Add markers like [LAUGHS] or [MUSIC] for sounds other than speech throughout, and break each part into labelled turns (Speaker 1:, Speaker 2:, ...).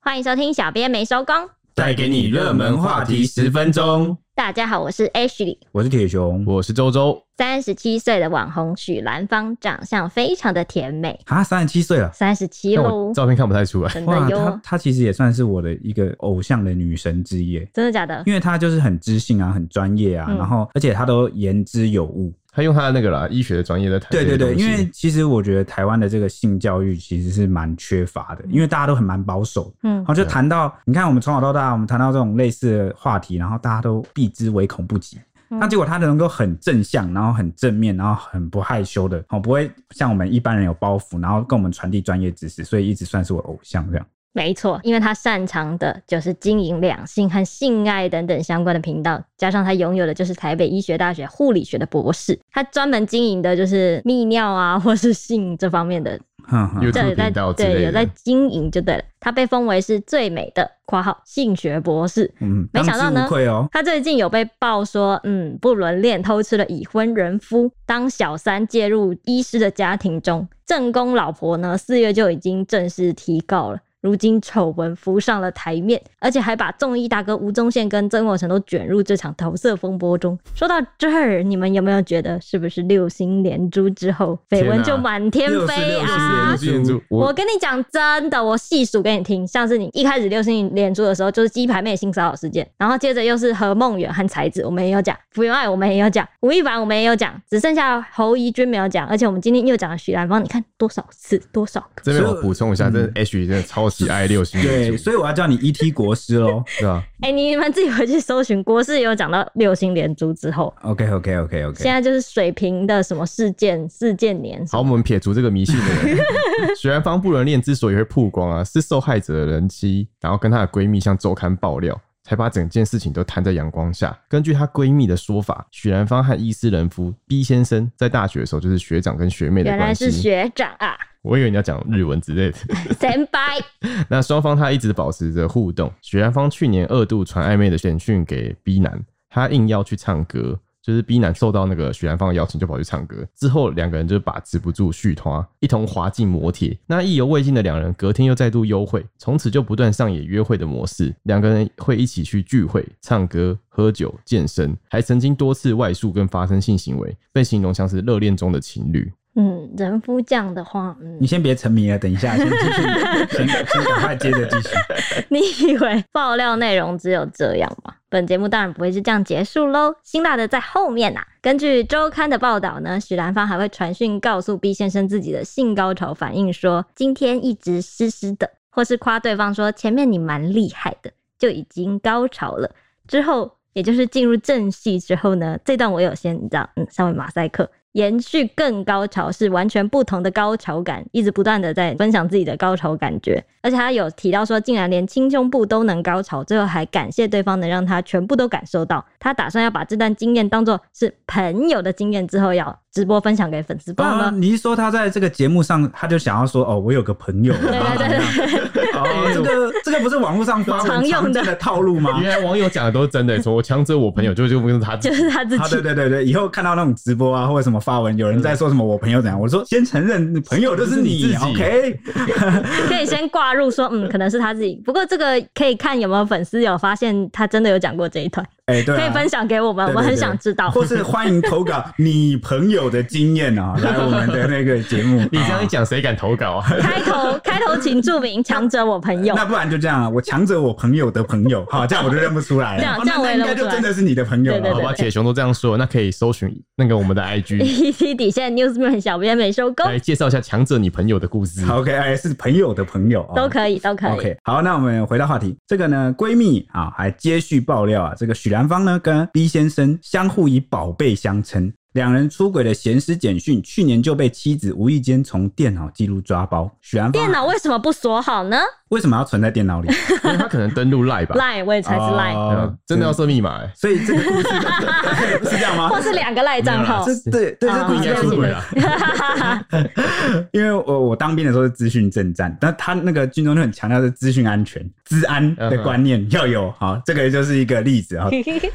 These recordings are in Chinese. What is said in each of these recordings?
Speaker 1: 欢迎收听《小编没收工》。
Speaker 2: 带给你热门话题十分钟。
Speaker 1: 大家好，我是 Ashley，
Speaker 3: 我是铁熊。
Speaker 2: 我是周周，
Speaker 1: 三十七岁的网红许兰芳，长相非常的甜美，
Speaker 3: 啊，三十七岁了，
Speaker 1: 三十七
Speaker 2: 但
Speaker 1: 喽
Speaker 2: 哎我，照片看不太出来。
Speaker 1: 真
Speaker 3: 哇，
Speaker 1: 的
Speaker 3: 她
Speaker 1: 哟，
Speaker 3: 她其实也算是我的一个偶像的女神之一耶，
Speaker 1: 真的假的？
Speaker 3: 因为她就是很知性啊，很专业啊，
Speaker 1: 嗯
Speaker 3: 然后而且她都言之有物。
Speaker 2: 他用他的那个啦，医学的专业在谈这
Speaker 3: 对
Speaker 2: 些
Speaker 3: 对对，
Speaker 2: 东西。
Speaker 3: 因为其实我觉得台湾的这个性教育其实是蛮缺乏的，因为大家都很蛮保守。
Speaker 1: 嗯
Speaker 3: 然，后就谈到，你看我们从小到大，我们谈到这种类似的话题，然后大家都避之唯恐不及。
Speaker 1: 嗯
Speaker 3: 那结果他能够很正向，然后很正面，然后很不害羞的，哦，不会像我们一般人有包袱，然后跟我们传递专业知识，所以一直算是我偶像这样。
Speaker 1: 没错，因为她擅长的就是经营两性和性爱等等相关的频道，加上她拥有的就是台北医学大学护理学的博士，她专门经营的就是泌尿啊或是性这方面
Speaker 2: [LAUGHS]
Speaker 1: 的
Speaker 3: 哼哼
Speaker 2: 有
Speaker 1: 这有
Speaker 2: YouTube
Speaker 1: 在
Speaker 2: 频道之
Speaker 1: 对有
Speaker 2: 类
Speaker 1: 在
Speaker 2: 的。
Speaker 1: 经营就对了。他被封为是最美的（括号性学博士）。
Speaker 3: 嗯，
Speaker 1: 没想到
Speaker 3: 当
Speaker 1: 呢
Speaker 3: 之无愧哦。
Speaker 1: 他最近有被爆说，嗯，不伦恋偷吃了已婚人夫，当小三介入医师的家庭中，正宫老婆呢四月就已经正式提告了。如今丑闻浮上了台面，而且还把综艺大哥吴宗宪跟曾国成都卷入这场桃色风波中。说到这儿，你们有没有觉得是不是六星连珠之后，绯
Speaker 2: 天
Speaker 1: 闻
Speaker 2: 啊
Speaker 1: 就满天
Speaker 3: 六十
Speaker 1: 飞
Speaker 3: 六
Speaker 1: 啊？
Speaker 2: 我
Speaker 3: 六
Speaker 2: 之前就
Speaker 1: 我
Speaker 2: 我
Speaker 1: 跟你讲真的，我细数给你听，像是你一开始六星连珠的时候，就是鸡排妹性骚扰事件，然后接着又是何梦远和才子，我们也有讲，福原爱我们也有讲，吴亦凡我们也有讲，只剩下侯怡君没有讲，而且我们今天又讲了许兰芳，你看多少次多
Speaker 2: [LAUGHS]
Speaker 1: 少个，
Speaker 2: 这边我
Speaker 3: 所以
Speaker 2: 补充一下，
Speaker 3: 嗯
Speaker 2: 真的 H 真的超级爱六星连
Speaker 3: 对，
Speaker 2: 珠，
Speaker 3: 所以我要叫你 ET 国师喽。
Speaker 2: 对吧？
Speaker 1: 哎、你们自己回去搜寻，国师也有讲到六星连珠之后，
Speaker 3: OK OK OK
Speaker 1: 现
Speaker 3: OK。
Speaker 1: 在就是水平的什么事件事件年什
Speaker 2: 好，
Speaker 1: 么，
Speaker 2: 我们撇除这个迷信的人，许然方不伦恋之所以会曝光啊，是受害者的人妻，然后跟她的闺蜜向周刊爆料。才把整件事情都摊在阳光下。根据她闺蜜的说法，许然芳和伊斯人夫 B 先生在大学的时候就是学长跟学妹的
Speaker 1: 原来
Speaker 2: 关
Speaker 1: 是
Speaker 2: 系。
Speaker 1: 学长啊，
Speaker 2: 我以为你要讲日文之类的。
Speaker 1: 先拜，
Speaker 2: 那双方他一直保持着互动。许然芳去年二度传暧昧的简讯给 B 男，他硬要去唱歌，就是 B 男受到那个许然芳的邀请就跑去唱歌。之后两个人就把持不住续团，一同滑进摩铁。那意犹未尽的两人隔天又再度幽会，从此就不断上演约会的模式。两个人会一起去聚会、唱歌、喝酒、健身，还曾经多次外宿跟发生性行为，被形容像是热恋中的情侣。
Speaker 1: 嗯，人夫这样的话，嗯
Speaker 3: 你。先别沉迷了，等一下先
Speaker 1: [LAUGHS]
Speaker 3: 继续，先先赶快接着继续。
Speaker 1: 你以为爆料内容只有这样吗？本节目当然不会是这样结束喽，辛辣的在后面呐、根据周刊的报道呢，许兰芳还会传讯告诉 B 先生自己的性高潮反应说，今天一直湿湿的，或是夸对方说前面你蛮厉害的，就已经高潮了。之后，也就是进入正戏之后呢，这段我有先你知道，嗯，稍微马赛克，延续更高潮是完全不同的高潮感，一直不断的在分享自己的高潮感觉，而且他有提到说，竟然连亲胸部都能高潮，最后还感谢对方能让他全部都感受到。他打算要把这段经验当做是朋友的经验，之后要直播分享给粉丝，不知道有没有
Speaker 3: 啊，你是说他在这个节目上，他就想要说哦，我有个朋友，对
Speaker 1: 对
Speaker 3: 对对，哦，这个这个不是网络上发文
Speaker 1: 常用的
Speaker 3: 见的套路吗？
Speaker 2: 原来网友讲的都是真的、从我强者我朋友就就不是他，
Speaker 1: 就是他自嗯
Speaker 3: 啊，
Speaker 1: 己
Speaker 3: 对。对对对，以后看到那种直播啊或者什么发文，有人在说什么我朋友怎样，我说先承认朋友就是
Speaker 2: 是
Speaker 3: 你
Speaker 2: 你自己
Speaker 3: ，OK？
Speaker 1: 可以先挂入说， [LAUGHS] 嗯，可能是他自己。不过这个可以看有没有粉丝有发现他真的有讲过这一段，
Speaker 3: 哎，对啊，
Speaker 1: 可以分享给我们，
Speaker 3: 对对
Speaker 1: 我们很
Speaker 3: 对
Speaker 1: 想知道。
Speaker 3: 或是欢迎投稿你朋友的经验
Speaker 1: [LAUGHS]
Speaker 3: 啊，来我们的那个节目。
Speaker 2: 你这样一
Speaker 3: 啊
Speaker 2: 讲，谁敢投稿啊？
Speaker 1: 开头开头请注明强者我朋友
Speaker 3: 那，不然就这样啊，我强者我朋友的朋友，好，这样我就认不出来了。
Speaker 1: 这样
Speaker 3: 哦
Speaker 1: 这样
Speaker 3: 那
Speaker 1: 我也
Speaker 3: 那应
Speaker 1: 认
Speaker 3: 该
Speaker 1: 不出
Speaker 3: 就
Speaker 1: 来
Speaker 3: 真的是你的朋友
Speaker 1: 对
Speaker 3: 了
Speaker 2: 好。吧，铁熊都这样说，那可以搜寻那个我们
Speaker 1: [LAUGHS]
Speaker 2: 的 IG
Speaker 1: E T 底线 Newsman 小编没收工
Speaker 2: 来介绍一下强者你朋友的故事。
Speaker 3: 好 OK，哎，是朋友的朋友啊，
Speaker 1: 都可以，都可以。
Speaker 3: OK，好，那我们回到话题，这个呢，闺蜜啊，还接续爆料啊，这个许兰芳呢跟 B 先生相互以宝贝相称，两人出轨的闲时简讯，去年就被妻子无意间从电脑记录抓包。许兰芳
Speaker 1: 电脑为什么不锁好呢
Speaker 3: 为什么要存在电脑
Speaker 1: [LAUGHS]
Speaker 3: 里？
Speaker 2: 因为他可能登录 Line 吧，
Speaker 1: ？Line 嗯我也猜是 Line，
Speaker 3: 哦
Speaker 2: 对啊真的要设密码欸，
Speaker 3: 所以这个故事
Speaker 2: [LAUGHS]
Speaker 3: [LAUGHS] 是这样吗
Speaker 1: 或？是哦啊两个 Line 账号。
Speaker 3: 这对对，这故
Speaker 2: 应
Speaker 3: 事
Speaker 2: 该
Speaker 3: 要
Speaker 2: 出轨了。
Speaker 3: 因为我我当兵的时候是资讯政战，但他那个军中就很强调是资讯安全、治安
Speaker 2: 嗯
Speaker 3: 的观念要有。
Speaker 2: [LAUGHS]
Speaker 3: 好，这个就是一个例子啊，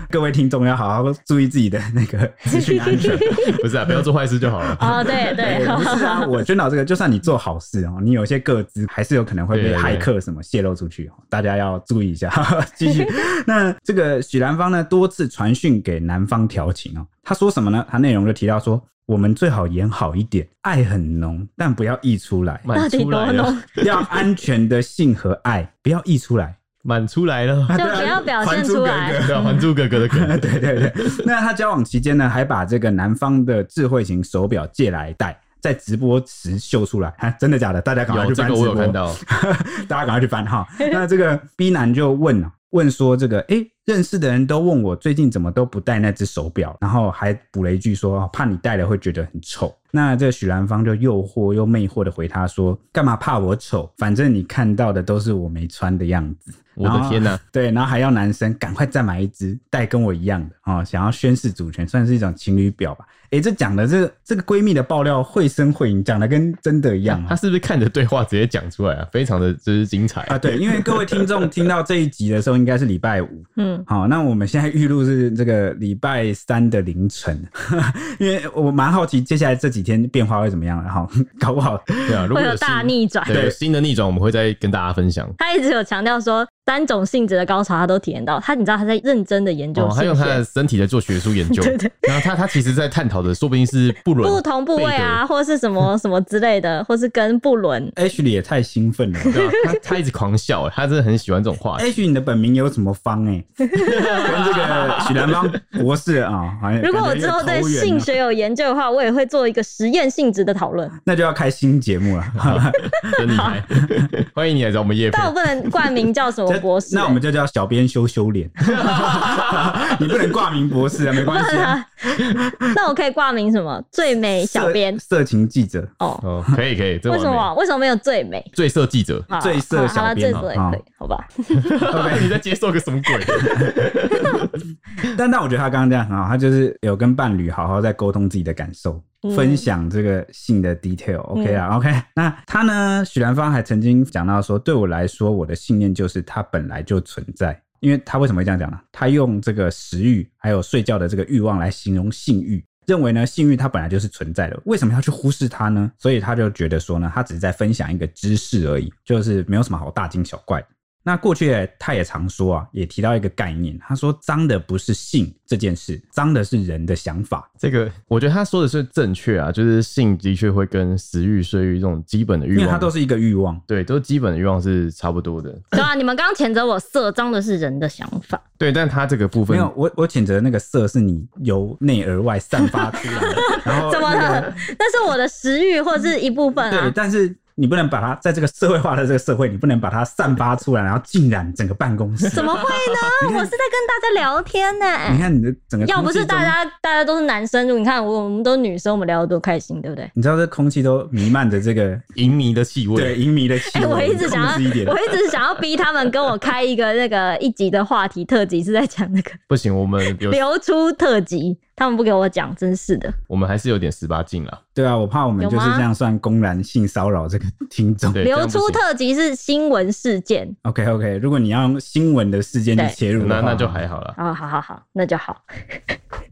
Speaker 3: 各位听众要好好注意自己的那个资讯安全。
Speaker 2: 不是啊，不要做坏事就
Speaker 1: [LAUGHS]
Speaker 2: 好了。
Speaker 1: 哦，对对，
Speaker 3: 不
Speaker 2: [LAUGHS]
Speaker 3: 是啊，我宣导这个，就算你做好事哦，你有些个资还是有可能会被
Speaker 2: 对对
Speaker 3: 骇客什么泄露出去哦，大家要注意一下。 [LAUGHS]
Speaker 2: [LAUGHS]
Speaker 3: 继续，那这个许兰芳呢，多次传讯给男方调情哦，他说什么呢？他内容就提到说，我们最好演好一点，爱很浓，但不要溢出
Speaker 2: [LAUGHS]
Speaker 3: 来，
Speaker 1: 到
Speaker 2: 满
Speaker 1: 底
Speaker 2: 出来
Speaker 1: 多浓
Speaker 2: 了，？
Speaker 3: 要安全的性和爱，不要溢出来。
Speaker 2: 满出来了。
Speaker 1: 就不要表现出来
Speaker 3: 还珠格格
Speaker 2: 对啊，《还珠格格》的梗，
Speaker 3: [LAUGHS] 对对对。那他交往期间呢，还把这个男方的智慧型手表借来戴，在直播时秀出来， [LAUGHS] 哈，真的假的？大家赶快
Speaker 2: 有
Speaker 3: 去
Speaker 2: 这
Speaker 3: 翻
Speaker 2: 个
Speaker 3: 直播，
Speaker 2: 我有看到，
Speaker 3: [LAUGHS] 大家赶快去翻哈。那这个 B 男就问啊，问说这个，诶，认识的人都问我最近怎么都不戴那只手表，然后还补了一句说，怕你戴了会觉得很丑。那这个许兰芳就诱惑又魅惑的回他说：“干嘛怕我丑？反正你看到的都是我没穿的样子。”
Speaker 2: 我的
Speaker 3: 啊
Speaker 2: 天哪！
Speaker 3: 对，然后还要男生赶快再买一只戴跟我一样的哦，想要宣示主权，算是一种情侣表吧。诶，这讲的这个这个闺蜜的爆料绘声绘影，讲的跟真的一样
Speaker 2: 他
Speaker 3: 啊。
Speaker 2: 是不是看着对话直接讲出来啊？非常的就是精彩
Speaker 3: 啊，对，因为各位听众听到这一集的时候，应该是礼拜五。
Speaker 1: 嗯，
Speaker 3: 好，那我们现在预录是这个礼拜三的凌晨， [LAUGHS] 因为我蛮好奇接下来这几天变化会怎么样了哈，搞不好 [LAUGHS]
Speaker 2: 对啊，如果
Speaker 1: 会有
Speaker 2: 新
Speaker 1: 大逆转。
Speaker 2: 对有新的逆转，我们会再跟大家分享。
Speaker 1: 他一直有强调说，三种性质的高潮他都体验到。他你知道他在认真的研究
Speaker 2: 哦，他
Speaker 1: 性
Speaker 2: 用他
Speaker 1: 学，
Speaker 2: 的身体在做学术研
Speaker 1: [LAUGHS]
Speaker 2: 究，
Speaker 1: 对对
Speaker 2: 然后他他其实在探讨的，说不定是不伦
Speaker 1: 不同部位
Speaker 3: [LAUGHS]
Speaker 1: 啊，或是什么什么之类的，或是跟不伦。
Speaker 3: H 里也太兴奋了。
Speaker 2: 贝德， [LAUGHS] 对吧？啊他他一直狂笑，欸他真的很喜欢这种
Speaker 1: 哎
Speaker 2: 话题。
Speaker 3: H，你的本名有什么方哎、 [LAUGHS] 跟这个许兰芳博士啊，好像
Speaker 1: 如果我之后对
Speaker 3: 感觉有点投缘啊
Speaker 1: 性学有研究的话，我也会做一个实验性质的讨论，
Speaker 3: 那就要开新节目了。
Speaker 2: 真厉害！ [LAUGHS] 欢迎你来找我们叶佩
Speaker 1: 但，我不能冠名叫什么 [LAUGHS]
Speaker 3: 这
Speaker 1: 博士、
Speaker 3: 那我们就叫小编修
Speaker 1: [LAUGHS]
Speaker 3: 修脸。 [LAUGHS] 你不能挂名博士啊，没关
Speaker 1: [LAUGHS]
Speaker 3: 系、啊。
Speaker 1: 欸那我可以挂名什么最美哎小编
Speaker 3: 色色情记者，
Speaker 1: 哦？
Speaker 2: 哦，可以可以，这
Speaker 1: 为什
Speaker 2: 完
Speaker 1: 么为什么没有最美？
Speaker 2: 美？最色记
Speaker 1: [LAUGHS]
Speaker 2: 者，哦
Speaker 1: 好
Speaker 3: 最色
Speaker 1: 好
Speaker 3: 小
Speaker 1: 了，
Speaker 3: 编
Speaker 1: 最
Speaker 3: 哦
Speaker 1: 色也
Speaker 3: 啊
Speaker 1: 可以，好吧？
Speaker 2: 你在接受个什么鬼？
Speaker 3: 但但我觉得他刚刚这样很好，他就是有跟伴侣好好在沟通自己的感受，
Speaker 1: 嗯
Speaker 3: 分享这个性的 detail。OK 啊、o k 那他呢？许兰芳还曾经讲到说，对我来说，我的信念就是它本来就存在。因为他为什么会这样讲呢？他用这个食欲还有睡觉的这个欲望来形容性欲，认为呢性欲它本来就是存在的，为什么要去忽视它呢？所以他就觉得说呢，他只是在分享一个知识而已，就是没有什么好大惊小怪的。那过去也他也常说啊，也提到一个概念，他说脏的不是性这件事，脏的是人的想法。
Speaker 2: 这个我觉得他说的是正确啊，就是性的确会跟食欲、睡欲这种基本的欲
Speaker 3: 因为
Speaker 2: 望，
Speaker 3: 它都是一个欲望，
Speaker 2: 对，都是基本的欲望是差不多的。
Speaker 1: 对啊，你们刚刚谴责我色脏的是人的想法，
Speaker 2: 对，但他这个部
Speaker 3: 没
Speaker 2: 分
Speaker 3: 有我我谴责那个色是你由内而外散发
Speaker 1: [LAUGHS]
Speaker 3: 出来的，然后
Speaker 1: 怎么
Speaker 3: 哦那个
Speaker 1: 了？那是我的食欲或是一部分
Speaker 3: 对，
Speaker 1: 啊。
Speaker 3: 但是你不能把它在这个社会化的这个社会，你不能把它散发出来，然后浸染整个办公室。
Speaker 1: 怎么会
Speaker 3: [LAUGHS]
Speaker 1: 呢？我是在跟大家聊天呢、
Speaker 3: 你看你的整个
Speaker 1: 要不
Speaker 3: 空气
Speaker 1: 是大
Speaker 3: 中，
Speaker 1: 家大家都是男生，你看我我们都是女生，我们聊得多开心，对不对？
Speaker 3: 你知道这空气都弥漫着这
Speaker 1: [LAUGHS]
Speaker 3: 个
Speaker 2: 淫靡的气
Speaker 3: 对
Speaker 2: 味，
Speaker 3: 淫靡的气
Speaker 1: 哎、
Speaker 3: 味。
Speaker 1: 我一直想要
Speaker 3: 控制一点，
Speaker 2: 啊
Speaker 1: 我一直想要逼他们跟我开一个那个一集的话题特辑，是在讲那个
Speaker 2: 不行，我们有
Speaker 1: 流出特辑，他们不给我讲，真是的。
Speaker 2: 我们还是有点十八禁啦。
Speaker 3: 对啊，我怕我们
Speaker 1: 有
Speaker 3: 就是
Speaker 1: 吗
Speaker 3: 这样算公然性骚扰这个听众。
Speaker 2: 对，这
Speaker 1: 流
Speaker 2: 样不行
Speaker 1: 出特辑是新闻事件，
Speaker 3: OK OK，如果你要用新闻的事件去
Speaker 1: 对
Speaker 3: 切入的
Speaker 2: 那
Speaker 3: 话
Speaker 2: 那就还好啦。
Speaker 1: 哦，好好好，那就好。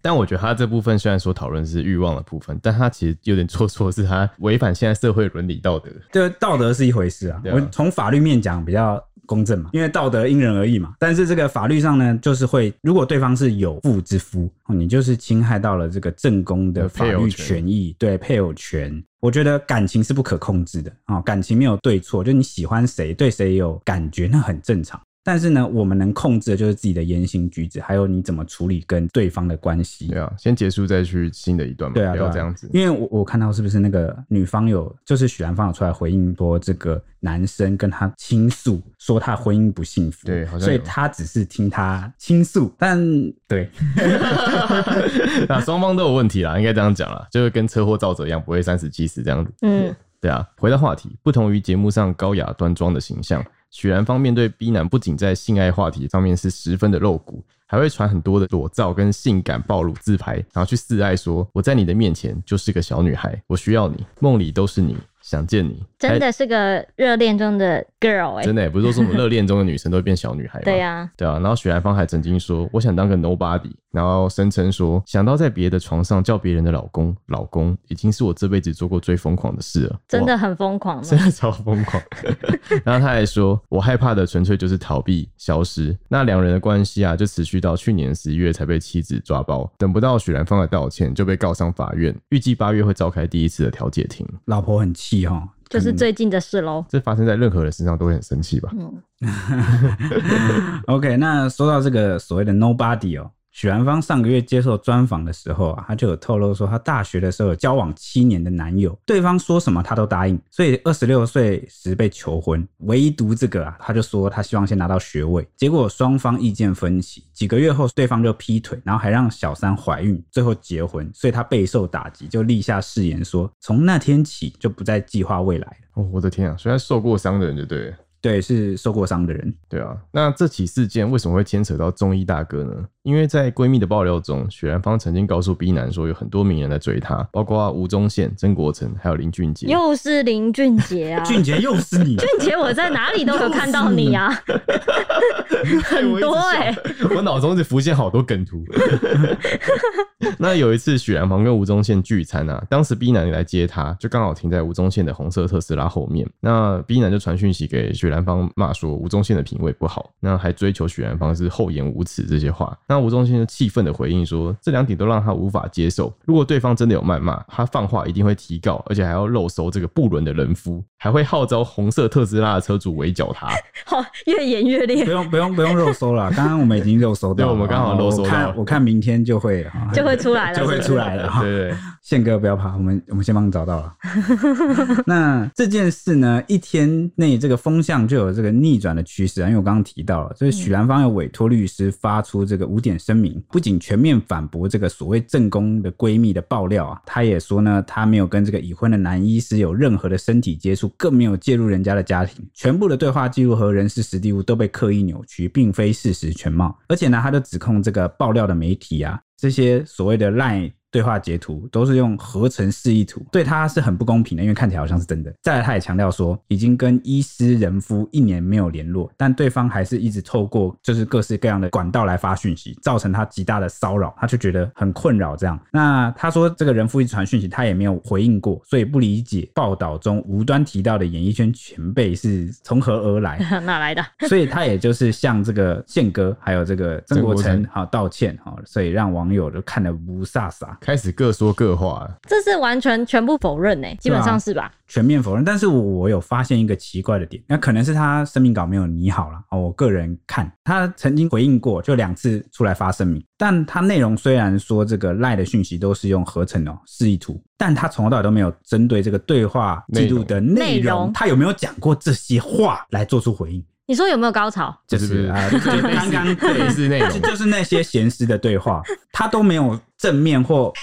Speaker 2: 但我觉得他这部分虽然说讨论是欲望的部分，但他其实有点做错，是他违反现在社会伦理道德。
Speaker 3: 对道德是一回事啊。
Speaker 2: 对啊
Speaker 3: 我从法律面讲比较公正嘛，因为道德因人而异嘛。但是这个法律上呢，就是会如果对方是有妇之夫，哦你就是侵害到了这个正宫的法
Speaker 2: 配偶
Speaker 3: 律
Speaker 2: 权
Speaker 3: 权益，对配偶权。我觉得感情是不可控制的啊、哦感情没有对错，就你喜欢谁，对谁有感觉，那很正常。但是呢，我们能控制的就是自己的言行举止，还有你怎么处理跟对方的关
Speaker 2: [LAUGHS]
Speaker 3: 系。
Speaker 2: 对啊，先结束再去新的一段嘛，
Speaker 3: 对啊，
Speaker 2: 不
Speaker 3: 对
Speaker 2: 要
Speaker 3: 啊
Speaker 2: 这样 [LAUGHS] 子。
Speaker 3: 因为我我看到是不是那个女方有，就是许兰芳有出来回应说，这个男生跟她倾诉说他婚姻不幸福，
Speaker 2: 对好像有
Speaker 3: 所以她只是听他倾诉，但对，
Speaker 2: 那啊双方都有问题啦，应该这样讲啦，就是跟车祸造者一样，不会三十七十这样子。
Speaker 1: 嗯，
Speaker 2: 对啊，回到话题，不同于节目上高雅端庄的形象，许然方面对 B 男不仅在性爱话题上面是十分的露骨，还会传很多的裸照跟性感暴露自拍，然后去示爱说：“我在你的面前就是个小女孩，我需要你，梦里都是你。”想见你，
Speaker 1: 真的是个热恋中的 girl 哎、
Speaker 2: 哎还真的、也不是说什么热恋中的女生都会变小女孩吗？
Speaker 1: 对呀、
Speaker 2: 对啊，然后许兰芳还曾经说：“我想当个 nobody。”然后声称说：“想到在别的床上叫别人的老公老公，已经是我这辈子做过最疯狂的事了。”
Speaker 1: 真的很疯狂
Speaker 2: 真
Speaker 1: 嘛。
Speaker 2: 的超疯狂。然后他还说：“我害怕的纯粹就是逃避、消失。”那两人的关系啊，就持续到去年十一月才被妻子抓包。等不到许兰芳的道歉，就被告上法院。预计八月会召开第一次的调解庭。
Speaker 3: 老婆很气哈，
Speaker 1: 就是最近的事喽。
Speaker 2: 这发生在任何人身上都会很生气吧？
Speaker 1: 嗯，
Speaker 3: [LAUGHS] OK，那说到这个所谓的 nobody 哦，许兰芳上个月接受专访的时候啊，她就有透露说，她大学的时候有交往七年的男友，对方说什么她都答应，所以二十六岁时被求婚，唯独这个啊，她就说她希望先拿到学位，结果双方意见分歧，几个月后对方就劈腿，然后还让小三怀孕，最后结婚，所以她备受打击，就立下誓言说，从那天起就不再计划未来了。
Speaker 2: 哦，我的天啊！虽然受过伤的人就对了。
Speaker 3: 对，是受过伤的人。
Speaker 2: 对啊，那这起事件为什么会牵扯到中医大哥呢？因为在闺蜜的爆料中，许兰芳曾经告诉 B 男说有很多名人在追她，包括吴宗宪、曾国成还有林俊杰。
Speaker 1: 又是林俊杰啊！
Speaker 3: 俊杰又是你，
Speaker 1: 俊杰，我在哪里都有看到你
Speaker 2: [LAUGHS]
Speaker 1: 啊，很多哎、
Speaker 2: 我脑中就浮现好多梗图。 [LAUGHS] 那有一次，许兰芳跟吴宗宪聚餐啊，当时 B 男来接她，就刚好停在吴宗宪的红色特斯拉后面。那 B 男就传讯息给许兰芳骂说吴宗宪的品味不好，那还追求许兰芳是厚颜无耻这些话。那吴宗宪就气愤的回应说，这两点都让他无法接受。如果对方真的有谩骂，他放话一定会提告，而且还要肉搜这个不伦的人夫，还会号召红色特斯拉的车主围剿
Speaker 1: [LAUGHS]
Speaker 2: 他。
Speaker 1: 好，越演越
Speaker 3: 不
Speaker 1: 烈，
Speaker 3: 用不用不用肉搜了，刚刚我们已经肉搜到了，
Speaker 2: 对
Speaker 3: 哦
Speaker 2: 我们刚好肉搜到
Speaker 3: 我看我看明天就会啊
Speaker 1: [LAUGHS] 就会出来了，
Speaker 3: [LAUGHS] 就会
Speaker 1: 是不是
Speaker 3: 出来了哈。
Speaker 2: 对对对。
Speaker 3: 宪哥不要怕，我们我们先帮你找到了。 [LAUGHS] 那这件事呢，一天内这个风向就有这个逆转的趋势啊，因为我刚刚提到了，就是许兰芳有委托律师发出这个五点声明，不仅全面反驳这个所谓正宫的闺蜜的爆料啊，她也说呢，她没有跟这个已婚的男医师有任何的身体接触，更没有介入人家的家庭，全部的对话记录和人事实地物都被刻意扭曲，并非事实全貌。而且呢，她就指控这个爆料的媒体啊，这些所谓的赖对话截图都是用合成示意图，对他是很不公平的，因为看起来好像是真的。再来，他也强调说，已经跟医师人夫一年没有联络，但对方还是一直透过就是各式各样的管道来发讯息，造成他极大的骚扰，他就觉得很困扰。这样，那他说这个人夫一直传讯息，他也没有回应过，所以不理解报道中无端提到的演艺圈前辈是从何而来。
Speaker 1: [LAUGHS] 哪来的？
Speaker 2: [LAUGHS]
Speaker 3: 所以他也就是向这个宪哥还有这个曾国
Speaker 2: 曾
Speaker 3: 成
Speaker 2: 国
Speaker 3: 好道歉哈，所以让网友都看得不飒飒，
Speaker 2: 开始各说各话，
Speaker 1: 这是完全全部否认哎、基本上是吧？
Speaker 3: 全面否认。但是我有发现一个奇怪的点，那可能是他声明稿没有拟好了哦。我个人看他曾经回应过，就两次出来发声明，但他内容虽然说这个赖的讯息都是用合成哦示意图，但他从头到尾都没有针对这个对话记录的内
Speaker 1: 内容
Speaker 3: 容，他有没有讲过这些话来做出回应？
Speaker 1: 你说有没有高潮？
Speaker 3: 就
Speaker 2: 不是
Speaker 3: 是
Speaker 2: 不是
Speaker 3: 啊，就是刚刚
Speaker 2: 类 [LAUGHS]
Speaker 3: 对
Speaker 2: 似内容
Speaker 3: 就。就是那些闲时的对话，他都没有正面或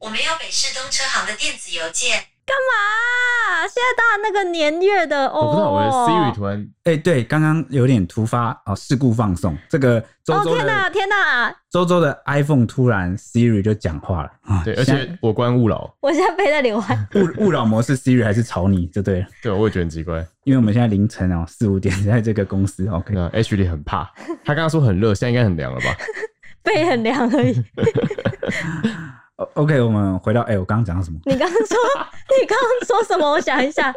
Speaker 4: 我们有北市东车行的电子邮件，
Speaker 1: 啊！现在到那个年月的哦，
Speaker 2: 我不知道我的 Siri 突然
Speaker 3: 哎、对，刚刚有点突发哦，事故放送。这个周
Speaker 1: 哦
Speaker 3: 周
Speaker 1: 天
Speaker 3: 的、
Speaker 1: 哪天哪！
Speaker 3: 周周的 iPhone 突然 Siri 就讲话了啊，
Speaker 2: 对，而且我关勿扰，
Speaker 1: 我现在背在流汗，
Speaker 3: 勿勿扰模式 Siri 还是吵你就对了。
Speaker 2: 对我也觉得很奇怪。
Speaker 3: 因为我们现在凌晨哦四五点 [LAUGHS] 在这个公司，OK，
Speaker 2: 那 H 里很怕，他刚刚说很热，现在应该很凉了吧？
Speaker 1: 背很凉而已。
Speaker 3: O- 哦 OK，我们回到哎、我刚刚讲到什么？
Speaker 1: 你刚刚说， [LAUGHS] 你刚刚说什么？我想一下。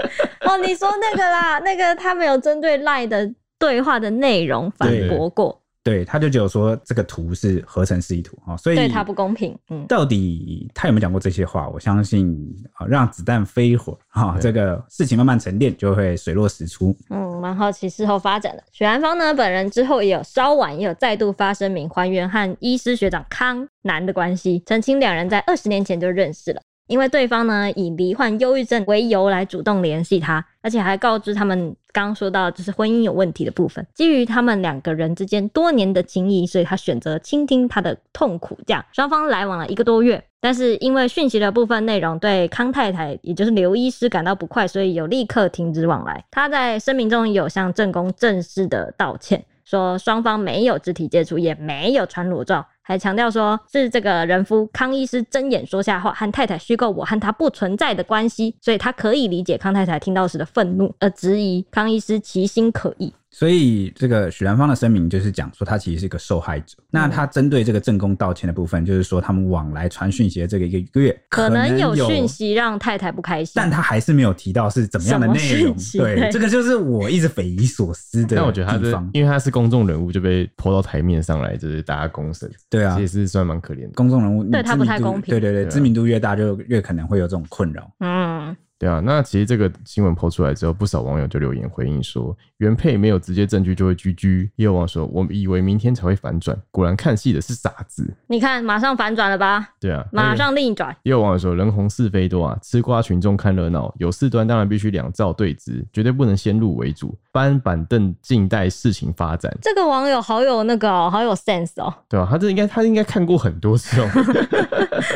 Speaker 1: 哦，你说那个啦，那个他们有针对赖的对话的内容反驳过，
Speaker 3: 对，他就只有说这个图是合成示意图哦，所以
Speaker 1: 对他不公平。嗯，
Speaker 3: 到底他有没有讲过这些话？我相信啊，让子弹飞一会儿啊，
Speaker 2: 对
Speaker 3: 这个事情慢慢沉淀就会水落石出。
Speaker 1: 嗯，蛮好奇事后发展的。许兰芳呢，本人之后也有稍晚也有再度发声明，还原和医师学长康南的关系，澄清两人在二十年前就认识了。因为对方呢以罹患忧郁症为由来主动联系他，而且还告知他们刚刚说到就是婚姻有问题的部分。基于他们两个人之间多年的情谊，所以他选择倾听他的痛苦。这样双方来往了一个多月，但是因为讯息的部分内容对康太太，也就是刘医师感到不快，所以有立刻停止往来。他在声明中有向正宫正式的道歉。说双方没有肢体接触，也没有传裸照，还强调说是这个人夫康医师睁眼说瞎话，和太太虚构我和他不存在的关系，所以他可以理解康太太听到时的愤怒，而质疑康医师其心可疑。
Speaker 3: 所以这个许兰芳的声明就是讲说，他其实是一个受害者。那
Speaker 1: 嗯
Speaker 3: 他针对这个正宫道歉的部分，就是说他们往来传讯息的这个一个月，
Speaker 1: 可
Speaker 3: 能
Speaker 1: 能
Speaker 3: 有
Speaker 1: 有讯，息让太太不开心，
Speaker 3: 但他还是没有提到是怎么样的内
Speaker 1: 什
Speaker 3: 容
Speaker 1: 么讯。息
Speaker 3: 对，
Speaker 1: 对
Speaker 3: 这个就是我一直匪夷所思的地
Speaker 2: 但
Speaker 3: 方。
Speaker 2: 我觉得他是因为他是公众人物，就被泼到台面上来，就是大家公审，
Speaker 3: 对啊
Speaker 2: 其实是算蛮可怜的。
Speaker 3: 公众人物，你
Speaker 1: 对他不
Speaker 3: 知名
Speaker 1: 太
Speaker 3: 度
Speaker 1: 公平
Speaker 3: 对对对，
Speaker 2: 对啊
Speaker 3: 知名度越大，就越可能会有这种困扰。
Speaker 1: 嗯，
Speaker 2: 对啊，那其实这个新闻抛出来之后，不少网友就留言回应说，原配没有直接证据就会居居。也有网友说，我以为明天才会反转，果然看戏的是傻子。
Speaker 1: 你看马上反转了吧，
Speaker 2: 对啊，
Speaker 3: 哎
Speaker 1: 马上另转。
Speaker 2: 也有网友说：“人红是非多啊，吃瓜群众看热闹，有事端当然必须两造对峙，绝对不能先入为主，搬板凳静待事情发展。
Speaker 1: 这个网友好有那个、哦，好有 sense 哦”，
Speaker 2: 对吧、他这应该他应该看过很多
Speaker 3: [LAUGHS]
Speaker 2: 次哦。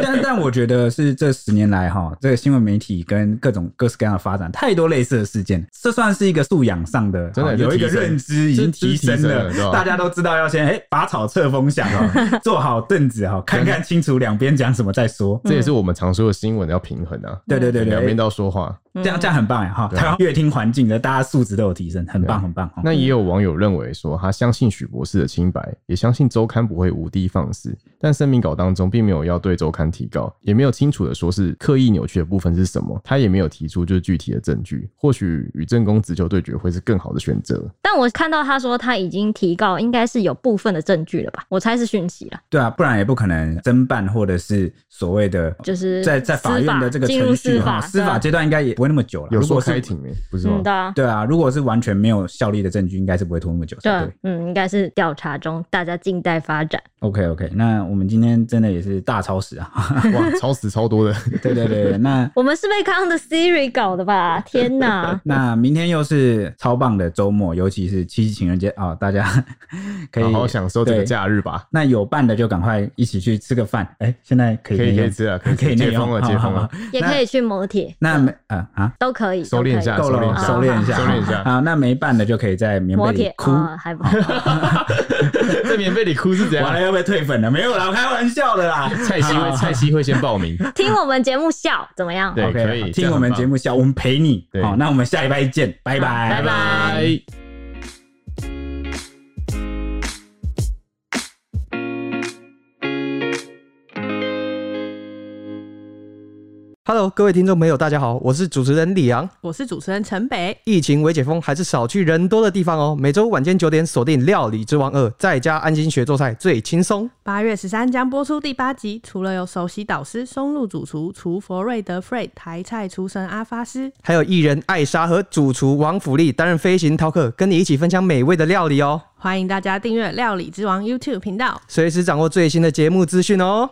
Speaker 3: 但但我觉得是这十年来哈，这个新闻媒体跟各种各式各样的发展，太多类似的事件，这算是一个素养上的，
Speaker 2: 真的
Speaker 3: 哈
Speaker 2: 就
Speaker 3: 有一个
Speaker 2: 提升
Speaker 3: 认知已经提升
Speaker 2: 这这
Speaker 3: 了
Speaker 2: 提升了对，吧
Speaker 3: 大家都知道要先哎拔草测风向哦，做好凳子哈，看看清楚两边讲什么再说。
Speaker 2: 这也是我们常说的新闻要平衡啊，
Speaker 3: 对对对对，
Speaker 2: 两边
Speaker 3: 哎
Speaker 2: 都要说话。
Speaker 1: 嗯
Speaker 3: 这样这样很棒哎哈，
Speaker 2: 对啊
Speaker 3: 台湾乐听环境的大家素质都有提升，很
Speaker 2: 对
Speaker 3: 棒
Speaker 2: 啊
Speaker 3: 很棒哈。
Speaker 2: 那也有网友认为说，他相信许博士的清白，也相信周刊不会无的放矢，但声明稿当中并没有要对周刊提告，也没有清楚的说是刻意扭曲的部分是什么，他也没有提出就是具体的证据。或许与正宫直球对决会是更好的选择。
Speaker 1: 但我看到他说他已经提告，应该是有部分的证据了吧？我猜是讯息了，
Speaker 3: 对啊，不然也不可能侦办或者是所谓的
Speaker 1: 就是
Speaker 3: 在在法
Speaker 1: 司
Speaker 3: 院的这个
Speaker 1: 进入
Speaker 3: 程序
Speaker 1: 司
Speaker 3: 哈，
Speaker 1: 法
Speaker 3: 司法
Speaker 1: 对啊
Speaker 3: 阶段应该也不会那么久了。
Speaker 2: 有
Speaker 3: 如
Speaker 2: 说
Speaker 3: 果是
Speaker 2: 开庭没？不是吗
Speaker 1: 嗯？对啊，
Speaker 3: 对啊，如果是完全没有效力的证据，应该是不会拖那么久才对。
Speaker 1: 对，嗯，应该是调查中，大家静待发展。
Speaker 3: OK OK，那我们今天真的也是大超时啊！ [LAUGHS]
Speaker 2: 哇，超时超多的。
Speaker 3: 对对对，那！
Speaker 1: 我们是被刚刚的 Siri 搞的吧？天哪
Speaker 2: [LAUGHS]
Speaker 3: 那明天又是超棒的周末，尤其是七夕情人节啊、哦大家可以
Speaker 2: 好好享受这个
Speaker 3: 对
Speaker 2: 假日吧。
Speaker 3: 那有伴的就赶快一起去吃个饭。哎，现在可以
Speaker 2: 可以
Speaker 3: 内用
Speaker 2: 可以吃了可以吃
Speaker 3: 可以内
Speaker 2: 解封了
Speaker 3: 用
Speaker 2: 解封了
Speaker 3: [LAUGHS] 好好好
Speaker 1: 也可以去摩铁，
Speaker 3: 那没啊啊，
Speaker 1: 都可以，
Speaker 2: 收敛一下
Speaker 1: 都可
Speaker 3: 够
Speaker 1: 以
Speaker 3: 了
Speaker 2: 收敛一下
Speaker 3: 哦，收敛一下，
Speaker 2: 收敛一下
Speaker 3: 好，那没伴的就可以在棉被
Speaker 1: 摩啊
Speaker 3: 里
Speaker 1: 铁
Speaker 3: 哭。
Speaker 1: 啊，还不好。 [LAUGHS]
Speaker 2: 在棉被里哭是怎
Speaker 3: 完了
Speaker 2: 样？
Speaker 3: 要被退粉了？没有啦，我开玩笑的啦。
Speaker 2: 蔡西会蔡西会先报名，
Speaker 1: 听我们节目笑怎么样？
Speaker 2: 对
Speaker 3: OK，
Speaker 2: 可以这
Speaker 3: 听
Speaker 2: 样
Speaker 3: 我们
Speaker 2: 很棒
Speaker 3: 节目笑，我们陪你。
Speaker 2: 对
Speaker 3: 好，那我们下礼拜见，拜拜，
Speaker 1: 拜拜。
Speaker 5: Hello，各位听众朋友，大家好，我是主持人李昂。
Speaker 6: 我是主持人陈北，
Speaker 5: 疫情未解封，还是少去人多的地方哦。每周晚间九点锁定《料理之王二》，在家安心学做菜最轻松。
Speaker 6: 八月十三将播出第八集。除了有首席导师松露主厨厨佛瑞德 Fred、台菜厨神阿发师，
Speaker 5: 还有艺人艾莎和主厨王福利担任飞行饕客，跟你一起分享美味的料理哦，
Speaker 6: 欢迎大家订阅《料理之王》YouTube 频道。
Speaker 5: 随时掌握最新的节目资讯哦。